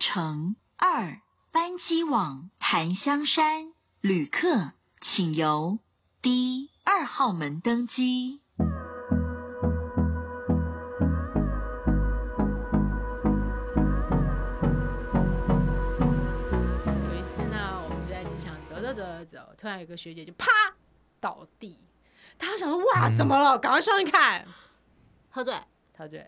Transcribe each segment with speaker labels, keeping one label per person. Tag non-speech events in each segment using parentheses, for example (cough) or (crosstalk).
Speaker 1: 乘二班机往檀香山，旅客请由 D 二号门登机。
Speaker 2: 有一次呢，我们就在机场走走走走走，突然有一个学姐就啪倒地，大家想说哇怎么了？赶快上去看，
Speaker 3: 喝醉，
Speaker 2: 陶醉，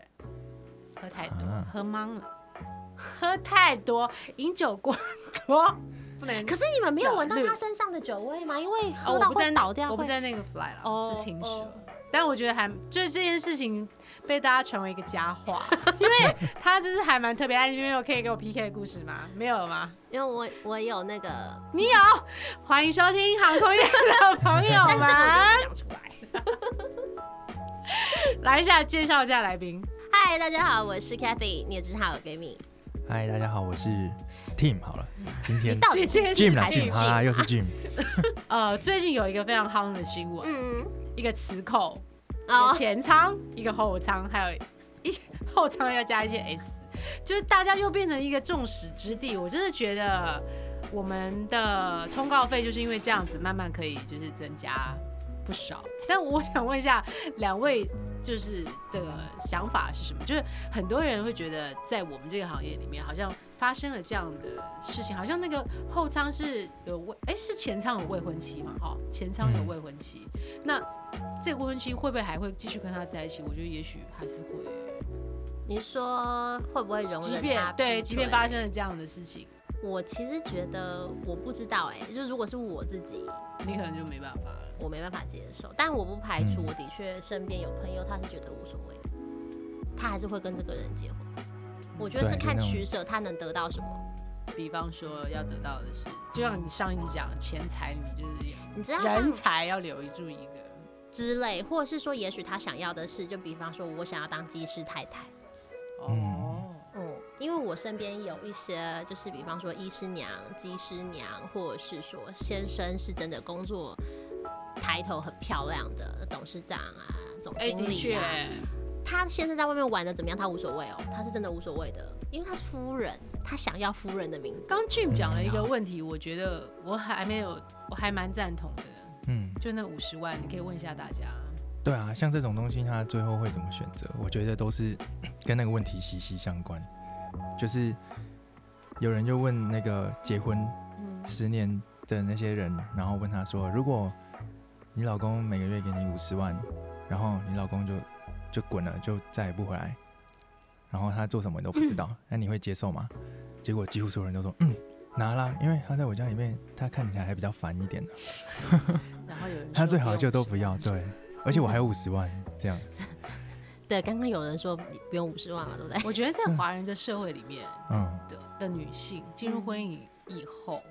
Speaker 2: 喝太多，喝懵了，哎喝太多，饮酒过多，不能。
Speaker 3: 可是你们没有闻到
Speaker 2: 这
Speaker 3: 他
Speaker 2: 绿
Speaker 3: 身上的酒味吗？因为
Speaker 2: 哦
Speaker 3: 喝
Speaker 2: 我
Speaker 3: 到
Speaker 2: 不在
Speaker 3: 会
Speaker 2: 那
Speaker 3: 倒掉，
Speaker 2: 我不
Speaker 3: 会
Speaker 2: 在那个 fly 了，
Speaker 3: 哦
Speaker 2: 是听说
Speaker 3: 哦。
Speaker 2: 但我觉得还就是这件事情被大家传为一个佳话，因为他就是还蛮特别。哎，你们有可以给我 PK 的故事吗？没有吗？
Speaker 3: 因为我我有那个，
Speaker 2: 你有，欢迎收听航空业的朋友
Speaker 3: 但是这个我
Speaker 2: 们。 (laughs) 来一下，介绍一下来宾。
Speaker 3: 嗨，大家好，我是 Kathy，你也知道我闺蜜，
Speaker 4: 嗨，大家好，我是 Tim。好了，今天
Speaker 3: 到底是
Speaker 2: 今天
Speaker 4: Jim 啦
Speaker 3: 还是
Speaker 4: Jim，哈哈，又是 Jim。
Speaker 2: 呃，最近有一个非常夯的新闻，
Speaker 3: 嗯，
Speaker 2: 一个磁扣，一
Speaker 3: 哦
Speaker 2: 个，前舱，一个后舱，还有一后舱要加一些 S，就是大家又变成一个众矢之的。我真的觉得我们的通告费就是因为这样子，慢慢可以就是增加不少。但我想问一下两位。就是的想法是什么？就是很多人会觉得，在我们这个行业里面，好像发生了这样的事情，好像那个后舱是有未，哎、是前舱有未婚妻嘛？哦，前舱有
Speaker 4: 嗯
Speaker 2: 未婚妻，那这个未婚妻会不会还会继续跟他在一起？我觉得也许还是会，
Speaker 3: 你说会不会容忍
Speaker 2: 即便
Speaker 3: 他
Speaker 2: 对，
Speaker 3: 劈
Speaker 2: 即便
Speaker 3: 腿
Speaker 2: 发生了这样的事情，
Speaker 3: 我其实觉得我不知道、哎，就如果是我自己，
Speaker 2: 你可能就没办法了。
Speaker 3: 我没办法接受，但我不排除
Speaker 4: 嗯
Speaker 3: 我的确身边有朋友他是觉得无所谓，他还是会跟这个人结婚。我觉得
Speaker 4: 对
Speaker 3: 是
Speaker 4: 就
Speaker 3: 看
Speaker 4: 那种
Speaker 3: 取舍，他能得到什么。
Speaker 2: 比方说要得到的是，就像你上一集讲的钱财，你就是
Speaker 3: 你知道
Speaker 2: 人
Speaker 3: 像
Speaker 2: 才要留住一个。
Speaker 3: 之类，或者是说，也许他想要的是，就比方说，我想要当技师太太，
Speaker 2: 哦，
Speaker 3: 嗯，因为我身边有一些，就是比方说医师娘、技师娘，或者是说先生是真的工作抬头很漂亮的董事长啊、总
Speaker 2: 哎、
Speaker 3: 经
Speaker 2: 的
Speaker 3: 理
Speaker 2: 确，
Speaker 3: 啊，他先生在外面玩的怎么样，他无所谓哦，他是真的无所谓的，因为他是夫人，他想要夫人的名字。
Speaker 2: 刚 Jim 讲了一个问题，我觉得我还没有，我还蛮赞同的。
Speaker 4: 嗯，
Speaker 2: 就那五十万，你可以问一下大家。
Speaker 4: 对啊，像这种东西，它最后会怎么选择，我觉得都是 (coughs) 跟那个问题息息相关。就是有人就问那个结婚
Speaker 2: 嗯，
Speaker 4: 十年的那些人，然后问他说，如果你老公每个月给你五十万，然后你老公就就滚了，就再也不回来，然后他做什么你都不知道，那你会接受吗？结果几乎所有人都说，嗯，拿啦，因为他在我家里面，他看起来还比较烦一点的，
Speaker 2: 然后有人
Speaker 4: 他
Speaker 2: 说
Speaker 4: 最好就都
Speaker 2: 用
Speaker 4: 不要，对，而且我还有五十万这样，
Speaker 3: 对，刚刚有人说你不用五十万嘛，对不对？
Speaker 2: 我觉得在华人的社会里面
Speaker 4: 嗯，
Speaker 2: 的的女性进入婚姻以后，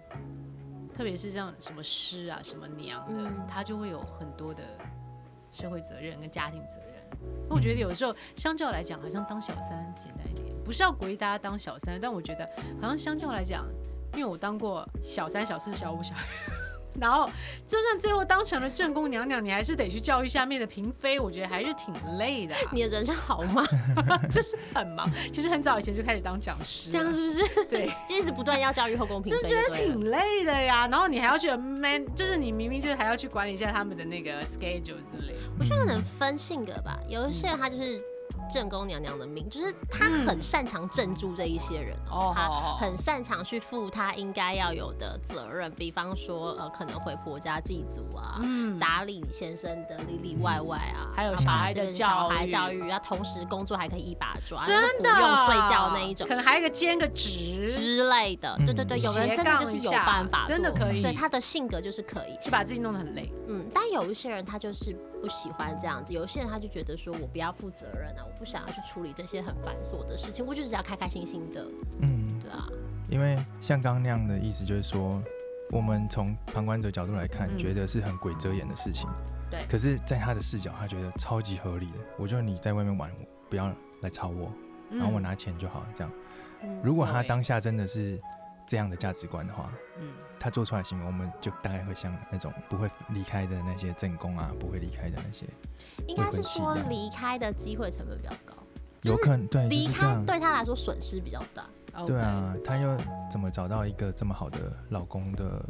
Speaker 2: 特别是像什么师啊、什么娘的，
Speaker 3: 嗯
Speaker 2: 她就会有很多的社会责任跟家庭责任。那我觉得有时候相较来讲，好像当小三简单一点，不是要鼓励大家当小三，但我觉得好像相较来讲，因为我当过小三、小四、小五、小。 (laughs) 然后，就算最后当成了正宫娘娘，你还是得去教育下面的嫔妃，我觉得还是挺累的啊、
Speaker 3: 你的人生好 (laughs) 吗？
Speaker 2: 就是很忙。 (laughs) 其实很早以前就开始当讲师了，
Speaker 3: 这样是不是？
Speaker 2: 对，
Speaker 3: (laughs) 就一直不断要教育后宫嫔
Speaker 2: 就
Speaker 3: 妃，
Speaker 2: 觉得挺累的呀。然后你还要去 man，就是你明明就是还要去管理一下他们的那个 schedule 之类的。
Speaker 3: 我觉得可能分性格吧，有一些人他就是正宫娘娘的命，就是他很擅长镇住这一些人
Speaker 2: 嗯哦，
Speaker 3: 哦他
Speaker 2: 好好
Speaker 3: 很擅长去负他应该要有的责任，比方说呃可能回婆家祭祖啊。
Speaker 2: 嗯，
Speaker 3: 打理你先生的里里外外啊，
Speaker 2: 还有
Speaker 3: 然后
Speaker 2: 小
Speaker 3: 把
Speaker 2: 孩
Speaker 3: 这
Speaker 2: 的
Speaker 3: 个小孩
Speaker 2: 教
Speaker 3: 教
Speaker 2: 育
Speaker 3: 育，啊，同时工作还可以一把抓，
Speaker 2: 真
Speaker 3: 就是不
Speaker 2: 的啊
Speaker 3: 用睡觉那一种
Speaker 2: 可能还有一个兼个职，
Speaker 3: 之类的。对对对，有人真的就是有办法
Speaker 2: 斜杠一下
Speaker 3: 做，
Speaker 2: 真的可以
Speaker 3: 对他的性格就是可以。
Speaker 2: 就把自己弄得很累。
Speaker 3: 嗯，但有一些人他就是不喜欢这样子，有一些人他就觉得说我不要负责任啊，我不想要去处理这些很繁琐的事情，我就只要开开心心的，
Speaker 4: 嗯，
Speaker 3: 对啊，
Speaker 4: 因为像刚刚那样的意思就是说，我们从旁观者角度来看，
Speaker 2: 嗯
Speaker 4: 觉得是很鬼遮眼的事情，
Speaker 3: 对
Speaker 4: 可是，在他的视角，他觉得超级合理的。我觉得你在外面玩，不要来吵我，然后我拿钱就好，这样。
Speaker 3: 嗯，
Speaker 4: 如果他
Speaker 2: 对
Speaker 4: 当下真的是这样的价值观的话，
Speaker 2: 嗯，
Speaker 4: 他做出来的行为，我们就大概会像那种不会离开的那些正宫啊，不会离开的那些，
Speaker 3: 应该是
Speaker 4: 会
Speaker 3: 说
Speaker 4: 分歧的
Speaker 3: 离开的机会成本比较高，就
Speaker 4: 有
Speaker 3: 是
Speaker 4: 可能对，
Speaker 3: 离
Speaker 4: 就是这
Speaker 3: 开
Speaker 4: 样。
Speaker 3: 对他来说损失比较大，
Speaker 2: OK
Speaker 4: 对，啊，她又怎么找到一个这么好的老公的？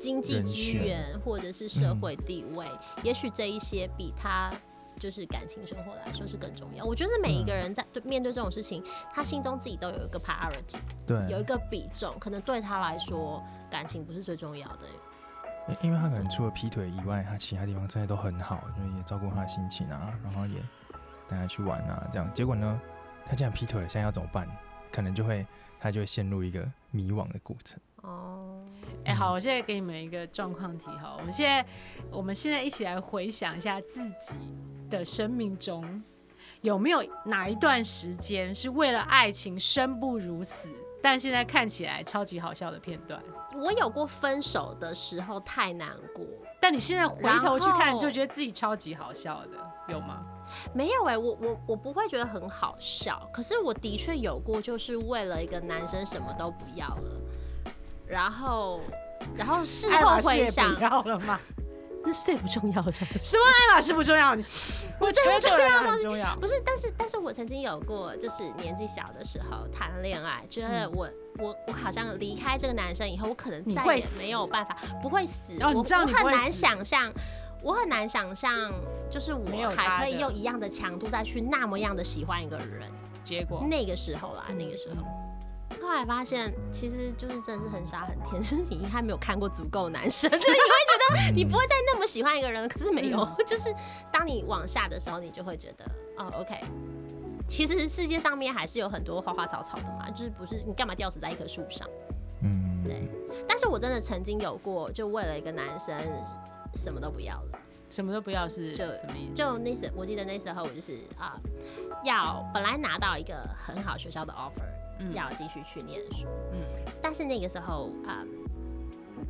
Speaker 3: 经济
Speaker 4: 人
Speaker 3: 资
Speaker 4: 选
Speaker 3: 源或者是社
Speaker 4: 嗯
Speaker 3: 会地位，也许这一些比他就是感情生活来说是更重要。我觉得每
Speaker 4: 嗯
Speaker 3: 一个人在对面对这种事情，他心中自己都有一个 priority，有一
Speaker 4: 对，
Speaker 3: 个比重，可能对他来说感情不是最重要的。
Speaker 4: 因因为她可能除了劈腿以外，她其他地方真的都很好，就是也照顾她的心情啊，然后也带她去玩啊，这样。结果呢，她竟然劈腿了，现在要怎么办？可能就会她就会陷入一个迷惘的过
Speaker 2: (laughs)
Speaker 4: 程。
Speaker 3: 哦，
Speaker 2: 哎、好，我现在给你们一个状况题哈，我们现在我们现在一起来回想一下自己的生命中有没有哪一段时间是为了爱情生不如死，但现在看起来超级好笑的片段。
Speaker 3: 我有过分手的时候太难过，
Speaker 2: 但你现在回头去
Speaker 3: 然
Speaker 2: 看，
Speaker 3: 后
Speaker 2: 就觉得自己超级好笑的，有吗？
Speaker 3: 没有哎、我我我不会觉得很好笑，可是我的确有过，就是为了一个男生什么都不要了，然后然后事
Speaker 2: 爱
Speaker 3: 后
Speaker 2: 马仕也
Speaker 3: 回想 (laughs)
Speaker 2: 不，要了吗？
Speaker 3: 那是最不重要的东西。
Speaker 2: 什么爱马仕不重要？你我觉得对我来说很重要。
Speaker 3: 不是，但是但是我曾经有过，就是年纪小的时候谈恋爱，觉得我、我我好像离开这个男生以后，我可能
Speaker 2: 嗯你
Speaker 3: 再
Speaker 2: 会
Speaker 3: 也
Speaker 2: 死
Speaker 3: 没有办法，不会死，
Speaker 2: 哦你
Speaker 3: 我
Speaker 2: 知道
Speaker 3: 我
Speaker 2: 你不
Speaker 3: 很
Speaker 2: 会
Speaker 3: 难
Speaker 2: 死
Speaker 3: 想象。我很难想象，就是
Speaker 2: 没有
Speaker 3: 我
Speaker 2: 他
Speaker 3: 还可
Speaker 2: 的
Speaker 3: 以用一样的强度再去那么样的喜欢一个人。
Speaker 2: 结果
Speaker 3: 那个时候啦，那个时候，
Speaker 2: 嗯
Speaker 3: 后来发现其实就是真的是很傻很天，就是 (laughs) 你应该没有看过足够男生，就是你会觉得
Speaker 2: 嗯
Speaker 3: 你不会再那么喜欢一个人了。可是没有， (laughs) 就是当你往下的时候，你就会觉得哦，OK。其实世界上面还是有很多花花草草的嘛，就是不是你干嘛吊死在一棵树上？
Speaker 4: 嗯，
Speaker 3: 对但是我真的曾经有过，就为了一个男生什么都不要了。
Speaker 2: 什么都不要是
Speaker 3: 就
Speaker 2: 什么意思？
Speaker 3: 就那时，我记得那时候我就是啊、要本来拿到一个很好学校的 offer，、
Speaker 2: 嗯
Speaker 3: 要继续去念书，
Speaker 2: 嗯
Speaker 3: 但是那个时候啊、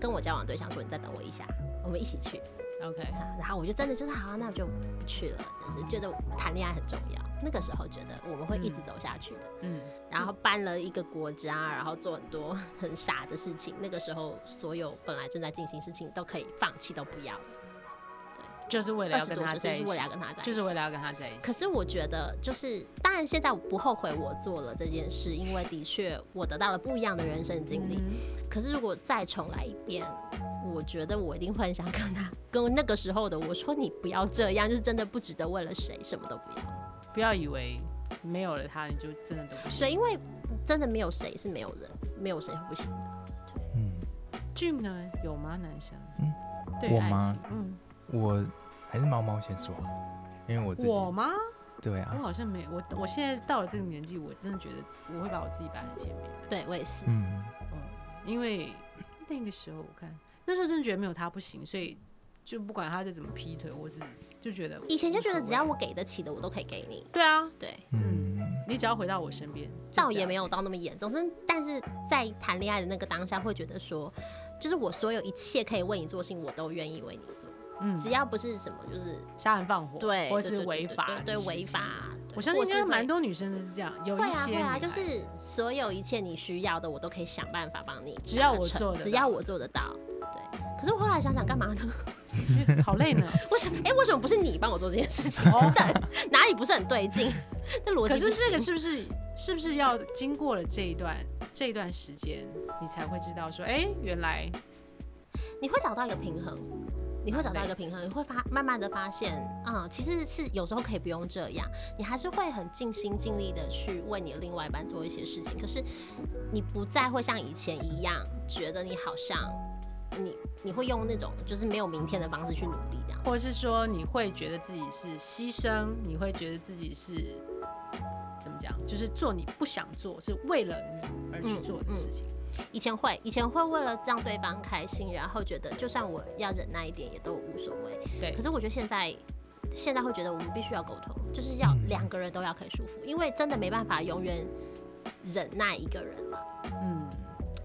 Speaker 3: 跟我交往对象说你再等我一下，我们一起去，
Speaker 2: OK，
Speaker 3: 啊然后我就真的就是好、啊，那我就不去了，就是觉得谈恋爱很重要，那个时候觉得我们会一直走下去的，
Speaker 2: 嗯，
Speaker 3: 然后搬了一个国家，然后做很多很傻的事情，那个时候所有本来正在进行事情都可以放弃，都不要了，
Speaker 2: 就是为了
Speaker 3: 二
Speaker 2: 要
Speaker 3: 十
Speaker 2: 跟
Speaker 3: 多
Speaker 2: 他
Speaker 3: 岁
Speaker 2: 在
Speaker 3: 就
Speaker 2: 一
Speaker 3: 是为了
Speaker 2: 起，
Speaker 3: 要跟他在一起，
Speaker 2: 就是为了要跟他在一起。
Speaker 3: 可是我觉得，就是当然现在我不后悔我做了这件事，因为的确我得到了不一样的人生经历。
Speaker 2: 嗯
Speaker 3: 可是如果再重来一遍，我觉得我一定会很想跟他，跟那个时候的我说：“你不要这样，就是真的不值得为了谁什么都不要。
Speaker 2: 不要以为没有了他你就真的都不”
Speaker 3: 对，
Speaker 2: 行。
Speaker 3: 因为真的没有谁是没有人，没有谁会不行的。
Speaker 4: 嗯，
Speaker 2: Jim 呢？有吗？男生？
Speaker 4: 嗯，
Speaker 2: 对
Speaker 4: 我
Speaker 2: 爱
Speaker 4: 吗
Speaker 2: 情？嗯，
Speaker 4: 我还是猫猫先说好，因为我自己
Speaker 2: 我哦吗？
Speaker 4: 对
Speaker 2: 我
Speaker 4: 啊，
Speaker 2: 好像没我，我现在到了这个年纪，我真的觉得我会把我自己摆在前面，
Speaker 3: 对我也是，
Speaker 4: 嗯，
Speaker 2: 因为那个时候我看那时候真的觉得没有他不行，所以就不管他再怎么劈腿，我是就觉得
Speaker 3: 以前就觉得
Speaker 2: 无所谓
Speaker 3: 只要我给得起的，我都可以给你。
Speaker 2: 对啊，
Speaker 3: 对，
Speaker 4: 嗯，
Speaker 2: 你只要回到我身边，就
Speaker 3: 倒
Speaker 2: 这
Speaker 3: 也
Speaker 2: 样
Speaker 3: 没有到那么严重，真但是在谈恋爱的那个当下，会觉得说，就是我所有一切可以为你做的事情，我都愿意为你做，
Speaker 2: 嗯
Speaker 3: 只要不是什么就是
Speaker 2: 杀人放火，
Speaker 3: 对，
Speaker 2: 或
Speaker 3: 对
Speaker 2: 是
Speaker 3: 对
Speaker 2: 违
Speaker 3: 对
Speaker 2: 法的事
Speaker 3: 对
Speaker 2: 情，
Speaker 3: 对违法。对
Speaker 2: 我相信应
Speaker 3: 或
Speaker 2: 该
Speaker 3: 是会
Speaker 2: 蛮多女生都是这样，有
Speaker 3: 会
Speaker 2: 一
Speaker 3: 啊
Speaker 2: 些
Speaker 3: 会啊，
Speaker 2: 女
Speaker 3: 就
Speaker 2: 孩
Speaker 3: 是所有一切你需要的，我都可以想办法帮你达成，
Speaker 2: 只要我做得
Speaker 3: 只
Speaker 2: 到
Speaker 3: 要我做得到。对，可是我后来想想，干嘛呢？ (laughs)
Speaker 2: 觉得好累呢。
Speaker 3: 为什么？ (laughs) 哎，为什么不是你帮我做这件事
Speaker 2: (laughs)
Speaker 3: 情？ (laughs)
Speaker 2: 哦
Speaker 3: 等哪里不是很对劲？ (laughs) 那逻辑
Speaker 2: 可
Speaker 3: 不
Speaker 2: 是这个
Speaker 3: 行
Speaker 2: 是不是是不是要经过了这一段这一段时间，你才会知道说，哎、原来
Speaker 3: 你会找到一个平衡，你会找到一个平衡，你会发慢慢的发现，嗯，其实是有时候可以不用这样，你还是会很尽心尽力的去为你的另外一半做一些事情，可是你不再会像以前一样觉得你好像你你会用那种就是没有明天的方式去努力这样。
Speaker 2: 或是说你会觉得自己是牺牲，你会觉得自己是怎么讲，就是做你不想做，是为了你而去
Speaker 3: 嗯
Speaker 2: 做的事情。
Speaker 3: 以前会，以前会为了让对方开心，然后觉得就算我要忍耐一点也都无所谓。
Speaker 2: 对
Speaker 3: 可，是我觉得现在，现在会觉得我们必须要沟通，就是要
Speaker 4: 嗯
Speaker 3: 两个人都要可以舒服，因为真的没办法永远忍耐一个人了。
Speaker 2: 嗯，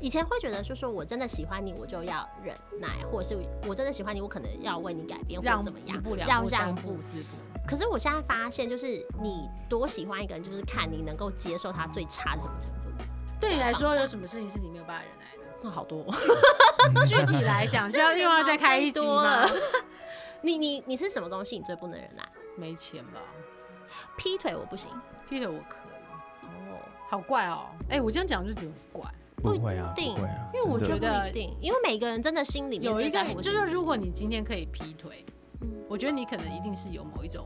Speaker 3: 以前会觉得说说我真的喜欢你，我就要忍耐，或者是我真的喜欢你，我可能要为你改变或
Speaker 2: 让
Speaker 3: 者怎么
Speaker 2: 一
Speaker 3: 样
Speaker 2: 步，两
Speaker 3: 要
Speaker 2: 步
Speaker 3: 让
Speaker 2: 三
Speaker 3: 步
Speaker 2: 步。四步，
Speaker 3: 可是我现在发现，就是你多喜欢一个人，就是看你能够接受他最差的什么程度。
Speaker 2: 对
Speaker 3: 啊
Speaker 2: 你来说有什么事情是你没有办法忍耐
Speaker 3: (laughs)
Speaker 2: 的？
Speaker 3: 那好多，
Speaker 4: 嗯
Speaker 2: (laughs) 具体来讲，是要另外再开一集
Speaker 3: 多
Speaker 2: 吗
Speaker 3: 了？。 (laughs) 你你你是什么东西？你最不能忍耐？
Speaker 2: 没钱吧？
Speaker 3: 劈腿我不行。
Speaker 2: 劈腿我可以，
Speaker 3: 哦，
Speaker 2: 好怪哦。哎、我这样讲就觉得很怪。
Speaker 3: 不
Speaker 4: (laughs) 不会啊，
Speaker 3: 一定
Speaker 4: 不会啊，
Speaker 2: 因为我
Speaker 4: 真的
Speaker 2: 觉得
Speaker 3: 不一定，因为每个人真的心里面
Speaker 2: 有一
Speaker 3: 最在
Speaker 2: 个
Speaker 3: 乎的
Speaker 2: 就是是
Speaker 3: 什么
Speaker 2: 如果你今天可以劈腿，
Speaker 3: 嗯
Speaker 2: 我觉得你可能一定是有某一种，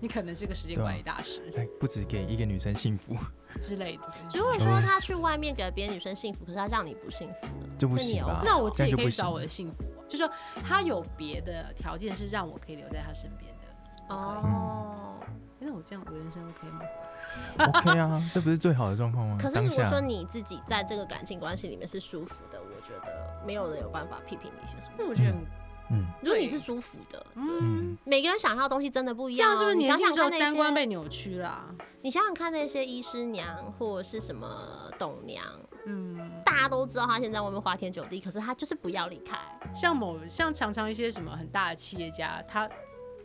Speaker 2: 你可能是个时间
Speaker 4: 对啊
Speaker 2: 管理大师
Speaker 4: 哎，不止给一个女生幸福 (laughs)
Speaker 2: 之类的。
Speaker 3: 如果
Speaker 2: 啊
Speaker 3: 说他去外面给别的女生幸福，可是他让你不幸福呢？
Speaker 4: 就不
Speaker 3: 这你
Speaker 4: 行
Speaker 3: 有
Speaker 4: 吧？
Speaker 2: 哦那我自己
Speaker 4: 这样就
Speaker 2: 可以
Speaker 4: 不
Speaker 2: 去找
Speaker 4: 行
Speaker 2: 我的幸福啊、就说他有别的条件是让我可以留在他身边的。
Speaker 3: 哦。
Speaker 2: 哎那我这样我人生 OK 吗？
Speaker 4: OK 啊，这不是最好的状况
Speaker 2: (laughs)
Speaker 4: 吗？
Speaker 3: 可是
Speaker 4: 当
Speaker 3: 如果
Speaker 4: 下
Speaker 3: 说你自己在这个感情关系里面是舒服的，我觉得没有人有办法批评你些什么。
Speaker 2: 那我觉得很，
Speaker 4: 嗯
Speaker 3: 如果你是舒服的，
Speaker 2: 嗯
Speaker 4: 嗯，
Speaker 3: 每个人想要的东西真的不一
Speaker 2: 这
Speaker 3: 样哦、
Speaker 2: 样是不是
Speaker 3: 你
Speaker 2: 年
Speaker 3: 想
Speaker 2: 轻的
Speaker 3: 想
Speaker 2: 时候
Speaker 3: 看那
Speaker 2: 三观
Speaker 3: 些，
Speaker 2: 被扭曲啊啦？
Speaker 3: 你想想看那些医师娘或者是什么董娘，
Speaker 2: 嗯，
Speaker 3: 大家都知道她现在外面花天酒地，可是她就是不要离开。
Speaker 2: 像某像常常一些什么很大的企业家，他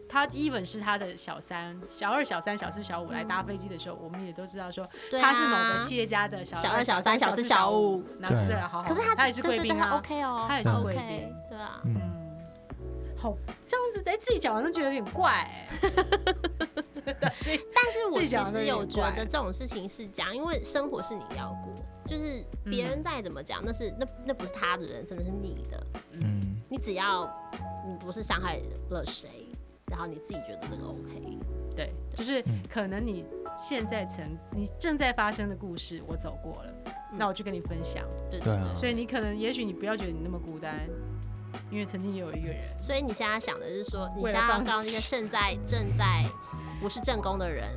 Speaker 2: 他 even 是他的小三、小二、小三、小四、小五来搭飞机的时候，我们也都知道说
Speaker 3: 对
Speaker 2: 他是某个企
Speaker 3: 啊，
Speaker 2: 业家的小
Speaker 3: 小
Speaker 2: 二、
Speaker 3: 二
Speaker 2: 小
Speaker 3: 小三
Speaker 2: 小
Speaker 3: 小四
Speaker 2: 四、
Speaker 3: 小
Speaker 2: 小
Speaker 3: 五，
Speaker 2: 然后就是
Speaker 4: 对
Speaker 2: 好好，
Speaker 3: 可是她
Speaker 2: 哦他也是贵
Speaker 3: 对对
Speaker 2: 宾
Speaker 3: 对她
Speaker 2: 啊。
Speaker 3: OK 哦，
Speaker 2: 他也是
Speaker 4: 贵
Speaker 3: OK，
Speaker 2: 宾
Speaker 3: 对啊。
Speaker 4: 嗯，
Speaker 2: 嗯，好，这样子哎、自己讲完都觉得有点怪、 (laughs) 欸，真的自己
Speaker 3: 但是我
Speaker 2: 自己
Speaker 3: 其
Speaker 2: 讲得
Speaker 3: 实
Speaker 2: 有
Speaker 3: 有
Speaker 2: 点
Speaker 3: 觉
Speaker 2: 怪
Speaker 3: 得这种事情是这样，因为生活是你要过，就是别人再怎么讲，那
Speaker 2: 嗯
Speaker 3: 是那那不是他的人，真的是你的。
Speaker 4: 嗯，
Speaker 3: 你只要你不是伤害了谁，然后你自己觉得这个 OK，
Speaker 2: 对，就是
Speaker 4: 嗯
Speaker 2: 可能你现在曾你正在发生的故事，我走过了，那我就跟你分享。
Speaker 3: 对对
Speaker 4: 对啊
Speaker 2: 所以你可能，也许你不要觉得你那么孤单，因为曾经也有一个人。
Speaker 3: 所以你现在想的是说，你
Speaker 2: 为
Speaker 3: 现
Speaker 2: 了
Speaker 3: 在要
Speaker 2: 放
Speaker 3: 告诉那
Speaker 2: 弃
Speaker 3: 些正在正在不是正宫的人，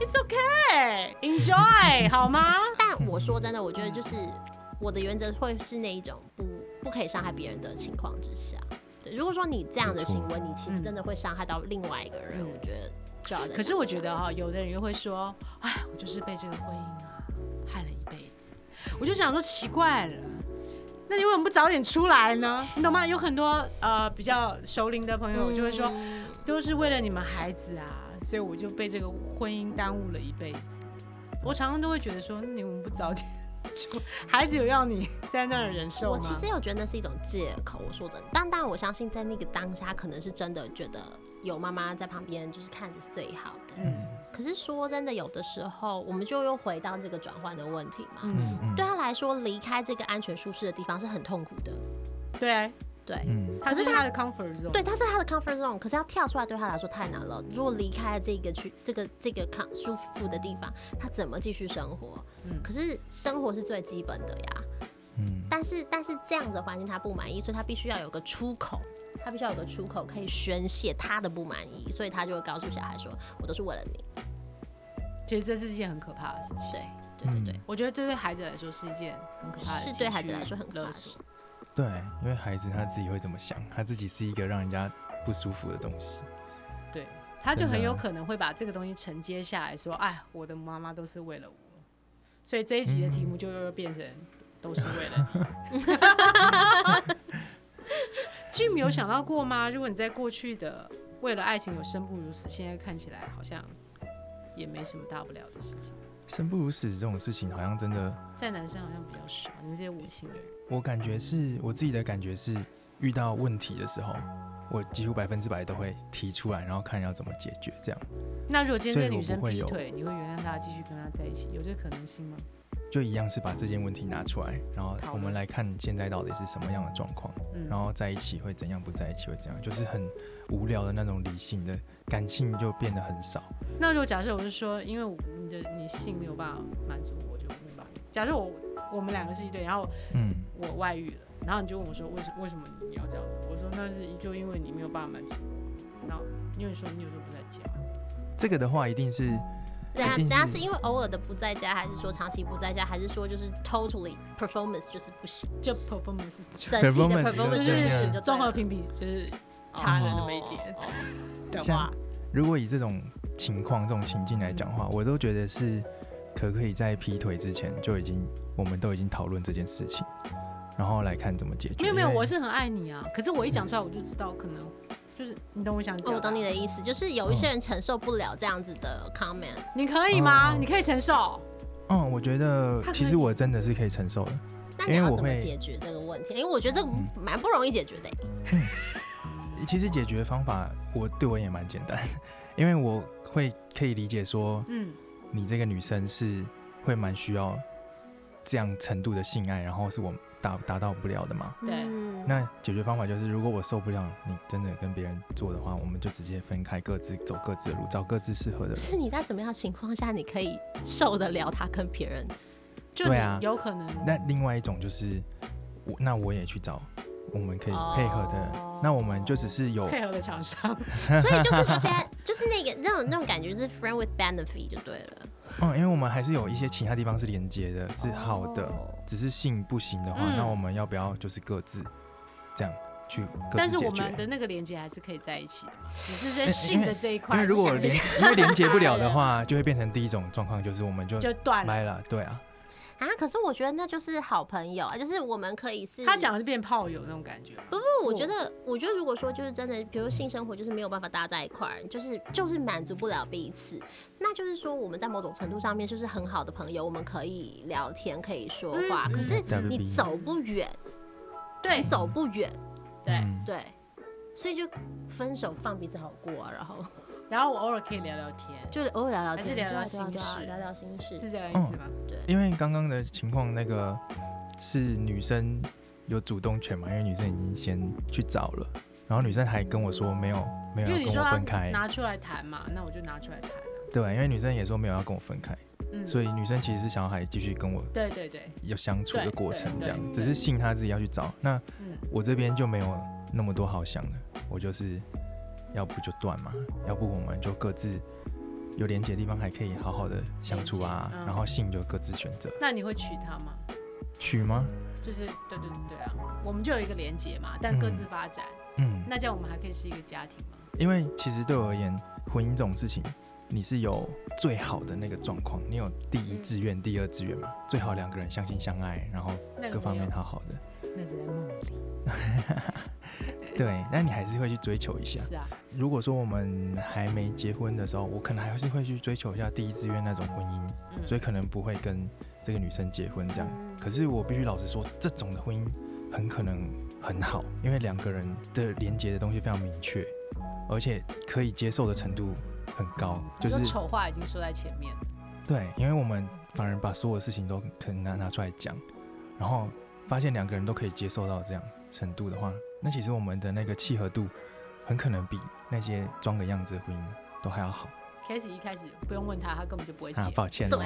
Speaker 2: It's (laughs) okay, enjoy 好吗？
Speaker 3: 但我
Speaker 2: 嗯
Speaker 3: 说真的，我觉得就是我的原则会是那一种不不可以伤害别人的情况之下。对，如果说你这样的
Speaker 4: 没错
Speaker 3: 行为，你其实
Speaker 2: 嗯
Speaker 3: 真的会伤害到另外一个人，
Speaker 2: 嗯
Speaker 3: 我觉得就要再
Speaker 2: 可是我觉
Speaker 3: 想
Speaker 2: 得哈、有的人又会说，哎，我就是被这个婚姻啊害了一辈子。我就想说，奇怪了。那你为什么不早点出来呢？你懂吗？有很多呃比较熟龄的朋
Speaker 3: 想
Speaker 2: 友就会说，
Speaker 3: 嗯
Speaker 2: 都是为了你们孩子啊，所以我就被这个婚姻耽误了一辈子。我常常都会觉得说，你们不早点出，孩子有要你在那儿忍受吗？
Speaker 3: 我其实有觉得那是一种借口，我说真的，但但我相信在那个当下，可能是真的觉得有妈妈在旁边就是看着是最好的。
Speaker 2: 嗯
Speaker 3: 可是说真的，有的时候我们就又回到这个转换的问题嘛。
Speaker 2: 嗯，
Speaker 4: 嗯嗯，
Speaker 3: 对他来说，离开这个安全舒适的地方是很痛苦的。
Speaker 2: 对，啊
Speaker 3: 对，
Speaker 4: 嗯，
Speaker 2: 他
Speaker 3: 可
Speaker 2: 是
Speaker 3: 是
Speaker 2: 他的 comfort zone。
Speaker 3: 对，他是他的 comfort zone，可是要跳出来对他来说太难了。如果离开了这个去这个这个康舒服的地方，他怎么继续生活？
Speaker 2: 嗯
Speaker 3: 可是生活是最基本的呀。
Speaker 4: 嗯，
Speaker 3: 但是但是这样的环境他不满意，所以他必须要有个出口，他必须要有个出口可以宣泄他的不满意，所以他就会告诉小孩说：“我都是为了你。
Speaker 2: 其实这是一件很可怕的事情。”
Speaker 3: 对对对对
Speaker 4: 嗯，
Speaker 2: 我觉得这对孩子来说是一件很可怕的，
Speaker 3: 是对孩子来说很可怕
Speaker 2: 勒
Speaker 3: 的
Speaker 2: 索
Speaker 3: 事。。
Speaker 4: 对，因为孩子他自己会怎么想，他自己是一个让人家不舒服的东西。
Speaker 2: 对，他就
Speaker 4: 真的啊
Speaker 2: 很有可能会把这个东西承接下来，说：“哎，我的妈妈都是为了我。”所以这一集的
Speaker 4: 嗯
Speaker 2: 题目就又变成“都是为了你” 。Jim 有想到过吗？如果你在过去的为了爱情有生不如死，现在看起来好像也没什么大不了的事情，
Speaker 4: 生不如死这种事情，好像真的，
Speaker 2: 在男生好像比较少，你们这些无情的人。
Speaker 4: 我感觉是我自己的感觉是，遇到问题的时候，我几乎百分之百都会提出来，然后看要怎么解决。这样
Speaker 2: 那如果今天这女生
Speaker 4: 所以
Speaker 2: 劈
Speaker 4: 我不
Speaker 2: 腿，你会原谅她继续跟她在一起，有这可能性吗？
Speaker 4: 就一样是把这件问题拿出来，然后
Speaker 2: 讨论
Speaker 4: 我们来看现在到底是什么样的状况，
Speaker 2: 嗯，
Speaker 4: 然后在一起会怎样，不在一起会怎样，就是很无聊的那种理性的感性就变得很少。
Speaker 2: 那如果假设我是说，因为我你的你性没有办法满足我，就没办法。假设我我们两个是一对，然后
Speaker 4: 嗯，
Speaker 2: 我外遇了，然后你就问我说，为什为什么你要这样子？我说那是就因为你没有办法满足我。然后你有说你有时候不在家，
Speaker 4: 这个的话一定是
Speaker 3: 等下
Speaker 4: 一定
Speaker 3: 等下
Speaker 4: 是
Speaker 3: 啊是因为偶尔的不在家，还是说长期不在家，还是说就是 totally performance 就是不行，
Speaker 2: 就 performance
Speaker 3: 整体的
Speaker 4: Performance
Speaker 2: 就
Speaker 3: performance
Speaker 4: 是
Speaker 3: 不行，
Speaker 2: 是
Speaker 3: 就
Speaker 2: 综合
Speaker 3: 对了
Speaker 2: 评比就是差了那么一
Speaker 4: 哦
Speaker 2: 点的话
Speaker 4: 像，如果以这种情况、这种情境来讲话，我都觉得是可不可以在劈腿之前就已经，我们都已经讨论这件事情，然后来看怎么解决。
Speaker 2: 没有没有，
Speaker 4: 因为
Speaker 2: 我是很爱你啊，可是我一讲出来我就知道可能就是你懂我想
Speaker 3: 哦，
Speaker 2: 讲，
Speaker 3: 我懂你的意思，就是有一些人承受不了这样子的
Speaker 2: 嗯
Speaker 3: comment，
Speaker 2: 你可以吗？
Speaker 4: 哦
Speaker 2: 你可以承受。
Speaker 4: 嗯，我觉得
Speaker 2: 他可以
Speaker 4: 其实我真的是可以承受的。
Speaker 3: 那你
Speaker 4: 因为
Speaker 3: 要
Speaker 4: 我
Speaker 3: 怎么
Speaker 4: 会嗯
Speaker 3: 解决这个问题？因为我觉得这个蛮不容易解决的欸。
Speaker 4: 其实解决方法我对我也蛮 (laughs) 简单，因为我会可以理解说
Speaker 2: 嗯
Speaker 4: 你这个女生是会蛮需要这样程度的性爱，然后是我达达到不了的嘛。
Speaker 2: 对
Speaker 3: 嗯
Speaker 4: 那解决方法就是，如果我受不了你真的跟别人做的话，我们就直接分开，各自走各自的路，找各自适合的人。
Speaker 3: 是你在什么样的情况下你可以受得了他跟别人？
Speaker 2: 就
Speaker 4: 对
Speaker 2: 你
Speaker 4: 啊
Speaker 2: 有可能
Speaker 4: 那另外一种就是，我那我也去找我们可以配合的人，
Speaker 2: 哦
Speaker 4: 那我们就只是有
Speaker 2: 配合的厂商，
Speaker 3: 所以就是 fan，就是 (laughs) 那个那种那种感觉是 friend with benefit 就对了。
Speaker 4: 嗯，因为我们还是有一些其他地方是连接的，是好的，
Speaker 3: 哦
Speaker 4: 只是性不行的话，
Speaker 2: 嗯
Speaker 4: 那我们要不要就是各自这样去各
Speaker 2: 但
Speaker 4: 自
Speaker 2: 是
Speaker 4: 解
Speaker 2: 我
Speaker 4: 决
Speaker 2: 们？的那个连接还是可以在一起的嘛，只是在性的这一块
Speaker 4: (laughs) 因
Speaker 2: 不
Speaker 4: 为
Speaker 2: 想
Speaker 4: 如
Speaker 2: 连，
Speaker 4: 果连因为连接不了的话，就会变成第一种状况，就是我们就
Speaker 2: 就断了。
Speaker 4: 掰了，对啊，
Speaker 3: 啊，可是我觉得那就是好朋友啊，就是我们可以是
Speaker 2: 他讲的是变炮友那种感觉，
Speaker 3: 不不，我
Speaker 2: 嗯
Speaker 3: 觉得我觉得如果说就是真的，比如性生活就是没有办法搭在一块儿，就是就是满足不了彼此，那就是说我们在某种程度上面就是很好的朋友，我们可以聊天，可以说话，可是
Speaker 4: 嗯
Speaker 3: 你
Speaker 4: WB
Speaker 3: 走不远，
Speaker 2: 对
Speaker 3: 你走不远，
Speaker 2: 对。
Speaker 4: 嗯
Speaker 3: 对，所以就分手放彼此好过啊，然后
Speaker 2: 然后我偶尔可以聊聊天，
Speaker 3: 就是偶尔聊聊
Speaker 2: 还是聊
Speaker 3: 天，对啊
Speaker 2: 聊
Speaker 3: 对啊
Speaker 2: 心
Speaker 3: 对啊
Speaker 2: 事
Speaker 3: 聊聊心事，
Speaker 2: 是这个意思吗？
Speaker 4: 因为刚刚的情况，那个是女生有主动权嘛，因为女生已经先去找了，然后女生还跟我说没有没有
Speaker 2: 因为
Speaker 4: 要
Speaker 2: 你
Speaker 4: 跟
Speaker 2: 说
Speaker 4: 我
Speaker 2: 他
Speaker 4: 分开，
Speaker 2: 拿出来谈嘛，那我就拿出来谈啊。
Speaker 4: 对，因为女生也说没有要跟我分开，
Speaker 2: 嗯，
Speaker 4: 所以女生其实是想要还继续跟我
Speaker 2: 对对对，
Speaker 4: 有相处的过程，
Speaker 2: 对
Speaker 4: 这样
Speaker 2: 对
Speaker 4: 只是信他自己要去找。那
Speaker 2: 嗯
Speaker 4: 我这边就没有那么多好想的，我就是要不就断嘛，要不我们就各自有连接的地方还可以好好的相处啊
Speaker 2: 连，接嗯
Speaker 4: 然后信就各自选择
Speaker 2: 那你会娶她吗？
Speaker 4: 娶吗？
Speaker 2: 就是对对对对啊，我们就有一个连结嘛，但各自发展，
Speaker 4: 嗯，
Speaker 2: 那这样我们还可以是一个家庭吗？
Speaker 4: 因为其实对我而言，婚姻这种事情，你是有最好的那个状况，你有第一志愿、第二志愿嘛，最好两个人相亲相爱，然后
Speaker 2: 那个
Speaker 4: 各方
Speaker 2: 没有
Speaker 4: 面好好的。
Speaker 2: 那是在梦里，
Speaker 4: 对，那你还是会去追求一下。
Speaker 2: 是啊，
Speaker 4: 如果说我们还没结婚的时候，我可能还是会去追求一下第一志愿那种婚姻，
Speaker 2: 嗯
Speaker 4: 所以可能不会跟这个女生结婚这样。可是我必须老实说，这种的婚姻很可能很好，因为两个人的连接的东西非常明确，而且可以接受的程度很高，哦就
Speaker 2: 你说
Speaker 4: 是
Speaker 2: 丑话已经说在前面了，
Speaker 4: 对，因为我们反而把所有的事情都可能拿拿出来讲，然后发现两个人都可以接受到这样程度的话，那其实我们的那个契合度，很可能比那些装个样子的婚姻都还要好
Speaker 2: c a s e y 一开始不用问他，他根本就不会结
Speaker 4: 啊！，抱歉哦，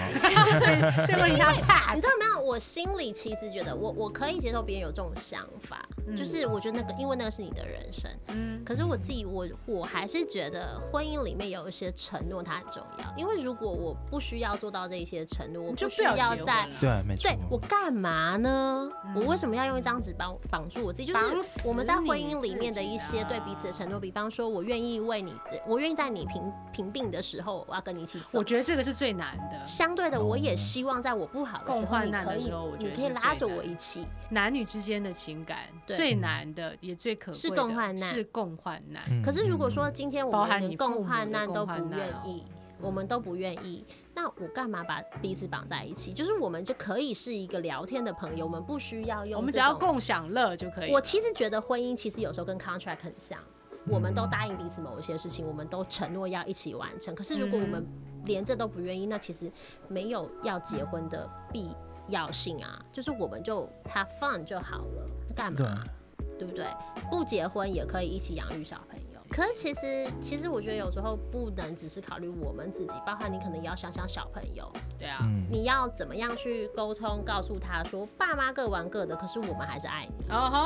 Speaker 2: 这这问题他
Speaker 3: 你
Speaker 2: pass
Speaker 3: 知。道没有？我心里其实觉得我，我可以接受别人有这种想法，
Speaker 2: 嗯
Speaker 3: 就是我觉得那个，因为那个是你的人生。
Speaker 2: 嗯，
Speaker 3: 可是我自己，我我还是觉得婚姻里面有一些承诺它很重要，因为如果我不需要做到这一些承诺，我
Speaker 2: 你就
Speaker 3: 需
Speaker 2: 不要
Speaker 3: 要
Speaker 2: 结婚
Speaker 3: 在
Speaker 2: 了
Speaker 4: 对啊，没错
Speaker 3: 对，我干嘛呢？
Speaker 2: 嗯
Speaker 3: 我为什么要用一张纸绑绑住我自己？就
Speaker 2: 绑
Speaker 3: 是
Speaker 2: 死
Speaker 3: 我们在婚
Speaker 2: 你
Speaker 3: 姻里
Speaker 2: 自
Speaker 3: 面的
Speaker 2: 己
Speaker 3: 一些对彼此的承诺，比方说我愿意为你自，我愿意在你贫贫病的时候，我要跟你一起走
Speaker 2: 我。觉得这个是最难的，
Speaker 3: 相对的，我也
Speaker 4: 嗯
Speaker 3: 希望在我不好的时
Speaker 2: 共
Speaker 3: 候，
Speaker 2: 患
Speaker 3: 你
Speaker 2: 难
Speaker 3: 可
Speaker 2: 的
Speaker 3: 以
Speaker 2: 时候我，觉
Speaker 3: 你
Speaker 2: 得
Speaker 3: 可以
Speaker 2: 是
Speaker 3: 拉着
Speaker 2: 最
Speaker 3: 我
Speaker 2: 难
Speaker 3: 一起。
Speaker 2: 男女之间的情感
Speaker 3: 对
Speaker 2: 最难的，也最可贵的
Speaker 3: 是共患难
Speaker 2: 是共患难。
Speaker 4: 嗯
Speaker 3: 可是如果说
Speaker 4: 嗯
Speaker 3: 今天我
Speaker 2: 包
Speaker 3: 们
Speaker 2: 含
Speaker 3: 连
Speaker 2: 你父母
Speaker 3: 共患难
Speaker 2: 的
Speaker 3: 都
Speaker 2: 共
Speaker 3: 不
Speaker 2: 患难
Speaker 3: 愿
Speaker 2: 哦
Speaker 3: 意，我们都不愿意，那我干嘛把彼此绑在一起？就是我们就可以是一个聊天的朋友，我们不需要用
Speaker 2: 我们
Speaker 3: 这
Speaker 2: 只要
Speaker 3: 种
Speaker 2: 共享乐就可以了。
Speaker 3: 我其实觉得婚姻其实有时候跟 contract 很像，我们都答应彼此某一些事情，我们都承诺要一起完成。可是如果我们
Speaker 2: 嗯
Speaker 3: 连这都不愿意，那其实没有要结婚的必要性啊。就是我们就 have fun 就好了，干
Speaker 4: 对
Speaker 3: 嘛
Speaker 4: 啊？
Speaker 3: 对不对？不结婚也可以一起养育小朋友。可是其实，其实我觉得有时候不能只是考虑我们自己，包含你可能也要想想小朋友，
Speaker 2: 对啊，
Speaker 4: 嗯，
Speaker 3: 你要怎么样去沟通，告诉他说，爸妈各玩各的，可是我们还是爱你。
Speaker 2: 哦吼、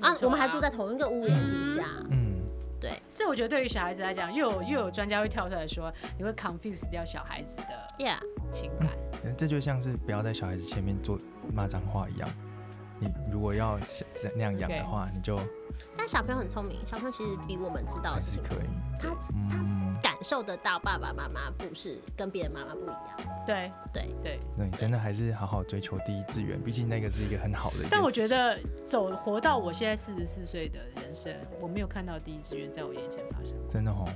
Speaker 3: 啊
Speaker 2: 没，错
Speaker 3: 我们还住在同一个屋檐底下。
Speaker 4: 嗯，
Speaker 3: 对
Speaker 2: 这，我觉得对于小孩子来讲，又有又有专家会跳出来说，你会 confuse 掉小孩子的
Speaker 3: ，Yeah，
Speaker 2: 情感。
Speaker 4: 那这就像是不要在小孩子前面做骂脏话一样。你如果要是那样养的话，你就
Speaker 3: 但小朋友很聪明，小朋友其实比我们知道
Speaker 4: 还
Speaker 3: 的
Speaker 4: 是
Speaker 3: 事情
Speaker 4: 可以，
Speaker 3: 他
Speaker 4: 嗯，
Speaker 3: 感受得到爸爸妈妈不是跟别的妈妈不一样。
Speaker 4: 嗯
Speaker 2: 对
Speaker 3: 对
Speaker 2: 对，
Speaker 4: 那你真的还是好好追求第一志愿，毕竟那个是一个很好的一件事情。
Speaker 2: 但我觉得走活到我现在四十四岁的人生，我没有看到第一志愿在我眼前发生，
Speaker 4: 真的哦，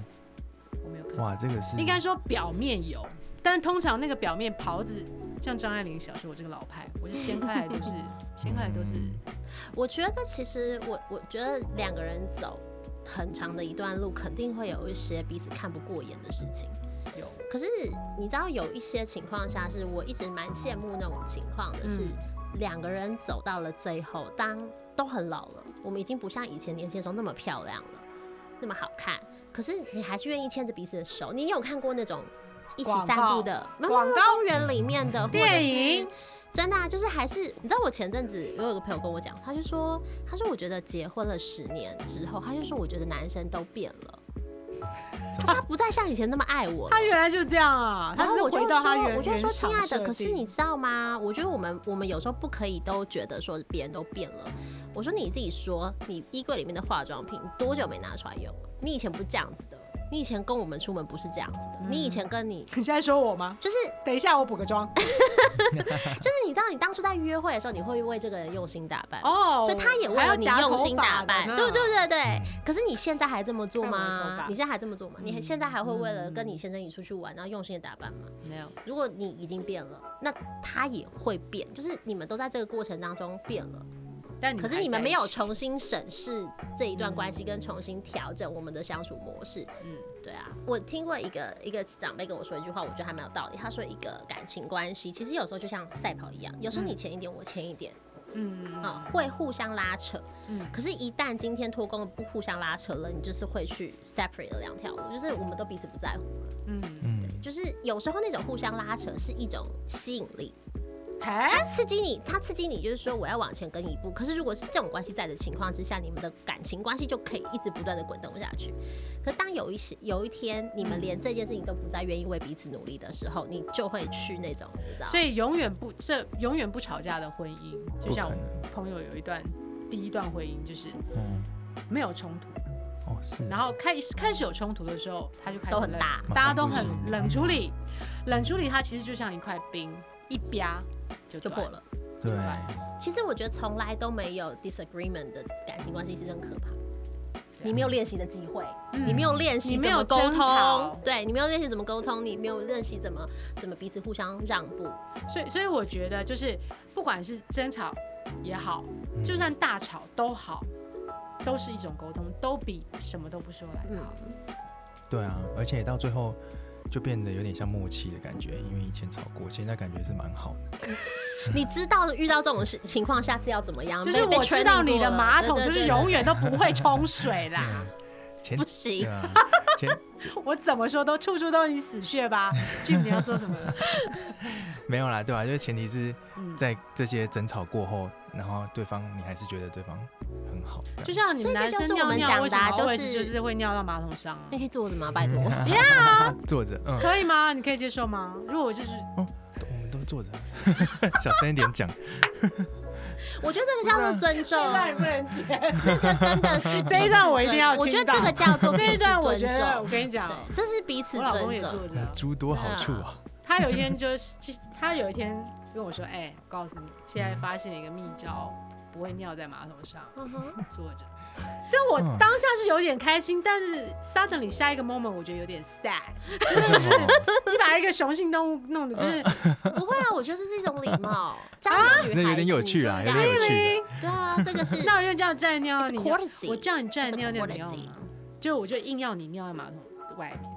Speaker 2: 我没有看到。
Speaker 4: 哇，这个是
Speaker 2: 应该说表面有，但通常那个表面袍子，像张爱玲小说，我这个老派，我就掀开来都 (laughs) 是，掀开来都是，
Speaker 3: 我觉得其实我我觉得两个人走很长的一段路，肯定会有一些彼此看不过眼的事情。
Speaker 2: 有，
Speaker 3: 可是你知道有一些情况下，是我一直蛮羡慕那种情况的，是
Speaker 2: 嗯
Speaker 3: 两个人走到了最后，当都很老了，我们已经不像以前年轻的时候那么漂亮了，那么好看，可是你还是愿意牵着彼此的手。你有看过那种一起散步的没有没有没有
Speaker 2: 广告
Speaker 3: 公园里面的
Speaker 2: 电
Speaker 3: 或者是
Speaker 2: 影
Speaker 3: 真的、啊、就是还是你知道，我前阵子我有个朋友跟我讲，他就说，他说我觉得结婚了十年之后，他就说我觉得男生都变了，他说他不再像以前那么爱我了
Speaker 2: 他。原来就这样啊，
Speaker 3: 然
Speaker 2: 他
Speaker 3: 后
Speaker 2: 是
Speaker 3: 我就
Speaker 2: 回
Speaker 3: 说
Speaker 2: 到他原，
Speaker 3: 我就说，
Speaker 2: 原厂
Speaker 3: 亲爱的，
Speaker 2: 设
Speaker 3: 可是
Speaker 2: 定
Speaker 3: 你知道吗？我觉得我们我们有时候不可以都觉得说别人都变了。我说你自己说，你衣柜里面的化妆品多久没拿出来用了？你以前不是这样子的，你以前跟我们出门不是这样子的，
Speaker 2: 嗯
Speaker 3: 你以前跟你
Speaker 2: (laughs) 你现在说我吗？
Speaker 3: 就是
Speaker 2: 等一下我补个妆
Speaker 3: 就是你知道，你当初在约会的时候，你会为这个人用心打扮。
Speaker 2: 哦， (laughs)
Speaker 3: 所以他也为
Speaker 2: 还要
Speaker 3: 了你
Speaker 2: 夹
Speaker 3: 用
Speaker 2: 头
Speaker 3: 心
Speaker 2: 发
Speaker 3: 打
Speaker 2: 的
Speaker 3: 扮，
Speaker 2: 呢
Speaker 3: 对对对对
Speaker 4: 嗯。
Speaker 3: 可是你现在还这么做
Speaker 2: 看我的头
Speaker 3: 吗
Speaker 2: 发？
Speaker 3: 你现在还这么做吗？你还现在还会为了跟
Speaker 2: 嗯
Speaker 3: 你先生一起出去玩，然后用心的打扮吗？
Speaker 2: 没有，
Speaker 3: 如果你已经变了，那他也会变，就是你们都在这个过程当中变了，
Speaker 2: 但
Speaker 3: 可是你们没有
Speaker 2: 成，
Speaker 3: 重新审视这一段关系，跟重新调整我们的相处模式。
Speaker 2: 嗯，
Speaker 3: 对啊，我听过一个一个长辈跟我说一句话，我觉得还蛮有道理。他说，一个感情关系其实有时候就像赛跑一样，有时候你前一点，我前一点，
Speaker 2: 嗯
Speaker 3: 啊、会互相拉扯。
Speaker 2: 嗯
Speaker 3: 可是，一旦今天脱钩不互相拉扯了，你就是会去 separate 了两条路，就是我们都彼此不在乎。
Speaker 2: 嗯，
Speaker 4: 嗯，
Speaker 3: 就是有时候那种互相拉扯是一种吸引力，
Speaker 2: 哎，
Speaker 3: 它刺激你，它刺激你，就是说我要往前跟你一步。可是如果是这种关系在的情况之下，你们的感情关系就可以一直不断的滚动下去。可当有一些有一天你们连这件事情都不再愿意为彼此努力的时候，你就会去那种你知道。
Speaker 2: 所以永远不这永远不吵架的婚姻，就
Speaker 4: 不
Speaker 2: 像
Speaker 4: 可
Speaker 2: 我
Speaker 4: 能，
Speaker 2: 朋友有一段第一段婚姻就是
Speaker 4: 嗯，
Speaker 2: 没有冲突，
Speaker 4: 哦是，
Speaker 2: 然后开开始有冲突的时候，他就开始
Speaker 3: 都很
Speaker 2: 冷
Speaker 3: 大
Speaker 2: 大家都
Speaker 4: 马
Speaker 2: 很
Speaker 4: 上不行
Speaker 2: 冷处理，冷处理它其实就像一块冰，一啪就
Speaker 3: 就
Speaker 2: 断
Speaker 3: 破了。。
Speaker 4: 对，
Speaker 3: 其实我觉得从来都没有 disagreement 的感情关系是真可怕。
Speaker 2: 对啊
Speaker 3: 你没有练习的机会，
Speaker 2: 嗯
Speaker 3: 你没有练习
Speaker 2: 你
Speaker 3: 怎
Speaker 2: 没有
Speaker 3: 么沟
Speaker 2: 争吵
Speaker 3: 通，对你没有练习怎么沟通，你没有练习怎么怎么彼此互相让步，
Speaker 2: 所以，所以我觉得就是，不管是争吵也好，
Speaker 4: 嗯
Speaker 2: 就算大吵都好，都是一种沟通，都比什么都不说来的
Speaker 3: 嗯
Speaker 2: 好。
Speaker 4: 对啊，而且到最后就变得有点像默契的感觉，因为以前吵过，现在感觉是蛮好的。
Speaker 3: 你知道遇到这种事情况下次要怎么样？
Speaker 2: 就是
Speaker 3: 被
Speaker 2: 我知道你的马桶就是。
Speaker 3: 被 training 过了对对对
Speaker 2: 永远都不会
Speaker 3: (laughs)
Speaker 2: 冲水啦，
Speaker 4: 前
Speaker 3: 不
Speaker 4: 对
Speaker 3: 行，
Speaker 4: 啊，前
Speaker 2: 我怎么说都处处都你死穴吧。俊，你要说什么了？
Speaker 4: 没有啦，对吧、啊就是前提是
Speaker 2: 嗯，
Speaker 4: 在这些争吵过后，然后对方你还是觉得对方很好，这样
Speaker 2: 就像你
Speaker 3: 所
Speaker 2: 们
Speaker 3: 以这
Speaker 2: 男
Speaker 3: 就是
Speaker 2: 生
Speaker 3: 我
Speaker 2: 尿
Speaker 3: 们
Speaker 2: 尿
Speaker 3: 讲
Speaker 2: 为
Speaker 3: 的
Speaker 2: 什
Speaker 3: 啊
Speaker 2: 么
Speaker 3: 就
Speaker 2: 会是就是是会尿到马桶上啊
Speaker 3: 那？可以坐着吗？拜托，
Speaker 4: 嗯 (laughs) 坐着，嗯，
Speaker 2: 可以吗？你可以接受吗？如果我就是
Speaker 4: 我们都坐着， (laughs) 小声一点
Speaker 2: (laughs)
Speaker 4: 讲，
Speaker 3: 我觉得这个叫做尊重，
Speaker 2: 能接，
Speaker 3: 这个真
Speaker 2: (laughs)
Speaker 3: 的是
Speaker 2: 这一段我一定要
Speaker 3: 我觉
Speaker 2: 听
Speaker 3: 得
Speaker 2: 到
Speaker 3: 这个叫
Speaker 2: (laughs)
Speaker 3: 做
Speaker 2: 这一段我
Speaker 3: 彼此
Speaker 2: 觉
Speaker 3: 尊
Speaker 2: 得
Speaker 3: 重
Speaker 2: 我，跟你讲，
Speaker 3: 对，这是彼此
Speaker 2: 我老公
Speaker 3: 尊
Speaker 2: 也
Speaker 3: 重。
Speaker 2: 坐着啊。
Speaker 4: 诸多好处
Speaker 2: (laughs)
Speaker 4: 啊，
Speaker 2: 他有一天就是，其他有一天跟我说：“哎、我告诉你，现在发现了一个秘招，不会尿在马桶上，
Speaker 3: 嗯哼
Speaker 2: 坐着。”但我
Speaker 4: 嗯
Speaker 2: 当下是有点开心，但是 suddenly 下一个 moment 我觉得有点 sad。
Speaker 4: 为什么？
Speaker 2: 你把一个雄性动物弄的，就是
Speaker 3: 不会啊，我觉得这是一种
Speaker 2: (laughs)
Speaker 3: 礼
Speaker 2: 啊
Speaker 3: 貌。这样子的女孩子
Speaker 4: 那有点有趣啊，
Speaker 3: 你
Speaker 4: 有
Speaker 3: 就
Speaker 4: 点有
Speaker 3: 应
Speaker 4: 趣。
Speaker 3: 该对啊，这个是
Speaker 2: 哎 (laughs) 那我就叫站尿
Speaker 3: It's
Speaker 2: 你，
Speaker 3: courtesy
Speaker 2: 我叫你站尿尿你
Speaker 3: It's a
Speaker 2: 要
Speaker 3: courtesy
Speaker 2: 吗？就我就硬要你尿在马桶外面，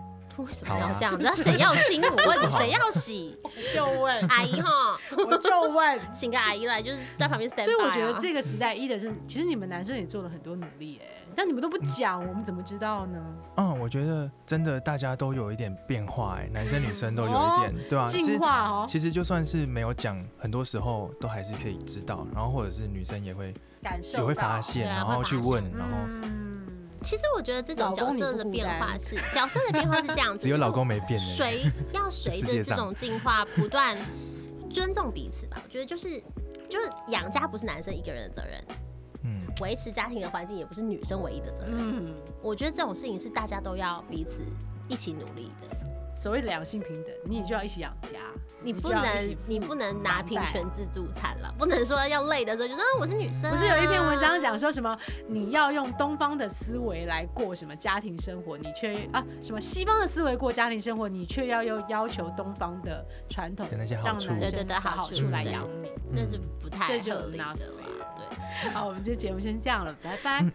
Speaker 3: 为什么
Speaker 4: (laughs)
Speaker 3: 要这样？
Speaker 4: 好啊啊
Speaker 3: 那谁要亲？我问
Speaker 4: (laughs)
Speaker 3: 你，谁
Speaker 2: (laughs)
Speaker 3: 要洗？
Speaker 2: 就问，
Speaker 3: 阿姨哈，
Speaker 2: (laughs) 我就问。
Speaker 3: 请个阿姨来，就是在旁边 stand by 啊。
Speaker 2: 所以我觉得这个时代一的是，其实你们男生也做了很多努力哎、但你们都不讲，我们怎么知道呢？
Speaker 4: 嗯，我觉得真的大家都有一点变化，哎，男生女生都有一点，对吧、啊其
Speaker 2: 进
Speaker 4: 实
Speaker 2: 化哦，
Speaker 4: 其实就算是没有讲，很多时候都还是可以知道，然后或者是女生也会
Speaker 2: 感受
Speaker 4: 也会
Speaker 2: 到
Speaker 4: 发现，
Speaker 3: 对啊
Speaker 4: 然后去问，然后
Speaker 2: 嗯，
Speaker 3: 其实我觉得这种角色的变化是角色的变化是这样子，
Speaker 4: (laughs) 只有老公没变
Speaker 3: 就是
Speaker 4: 呢。 (laughs)
Speaker 3: 随要随
Speaker 4: 世界
Speaker 3: 着这
Speaker 4: 上
Speaker 3: 种进化不断尊重彼此吧。我觉得就是就是养家不是男生一个人的责任，
Speaker 4: 嗯，
Speaker 3: 维持家庭的环境也不是女生唯一的责任。
Speaker 2: 嗯，
Speaker 3: 我觉得这种事情是大家都要彼此一起努力的。
Speaker 2: 所谓的良性平等，你也就要一起养家，
Speaker 3: 你
Speaker 2: 就
Speaker 3: 不
Speaker 2: 要一起
Speaker 3: 能
Speaker 2: 付，
Speaker 3: 你不能拿平
Speaker 2: 房贷
Speaker 3: 权自助餐了，不能说要累的时候就说、啊、我是女生、
Speaker 2: 不是有一篇文章，讲说什么
Speaker 3: 嗯
Speaker 2: 你要用东方的思维来过什么家庭生活，你却啊什么西方的思维过家庭生活，你却要又要求东方的传统
Speaker 4: 的那些好
Speaker 2: 让
Speaker 4: 处
Speaker 2: 男
Speaker 3: 对
Speaker 2: 生
Speaker 3: 对对
Speaker 2: 的
Speaker 3: 好
Speaker 2: 好
Speaker 3: 处
Speaker 2: 处来
Speaker 3: 对
Speaker 2: 养你。
Speaker 3: 那是不太
Speaker 2: 这就
Speaker 3: 合理的
Speaker 2: enough
Speaker 3: 啦。对，
Speaker 2: 好，我们这节目先这样了，拜拜。
Speaker 4: 嗯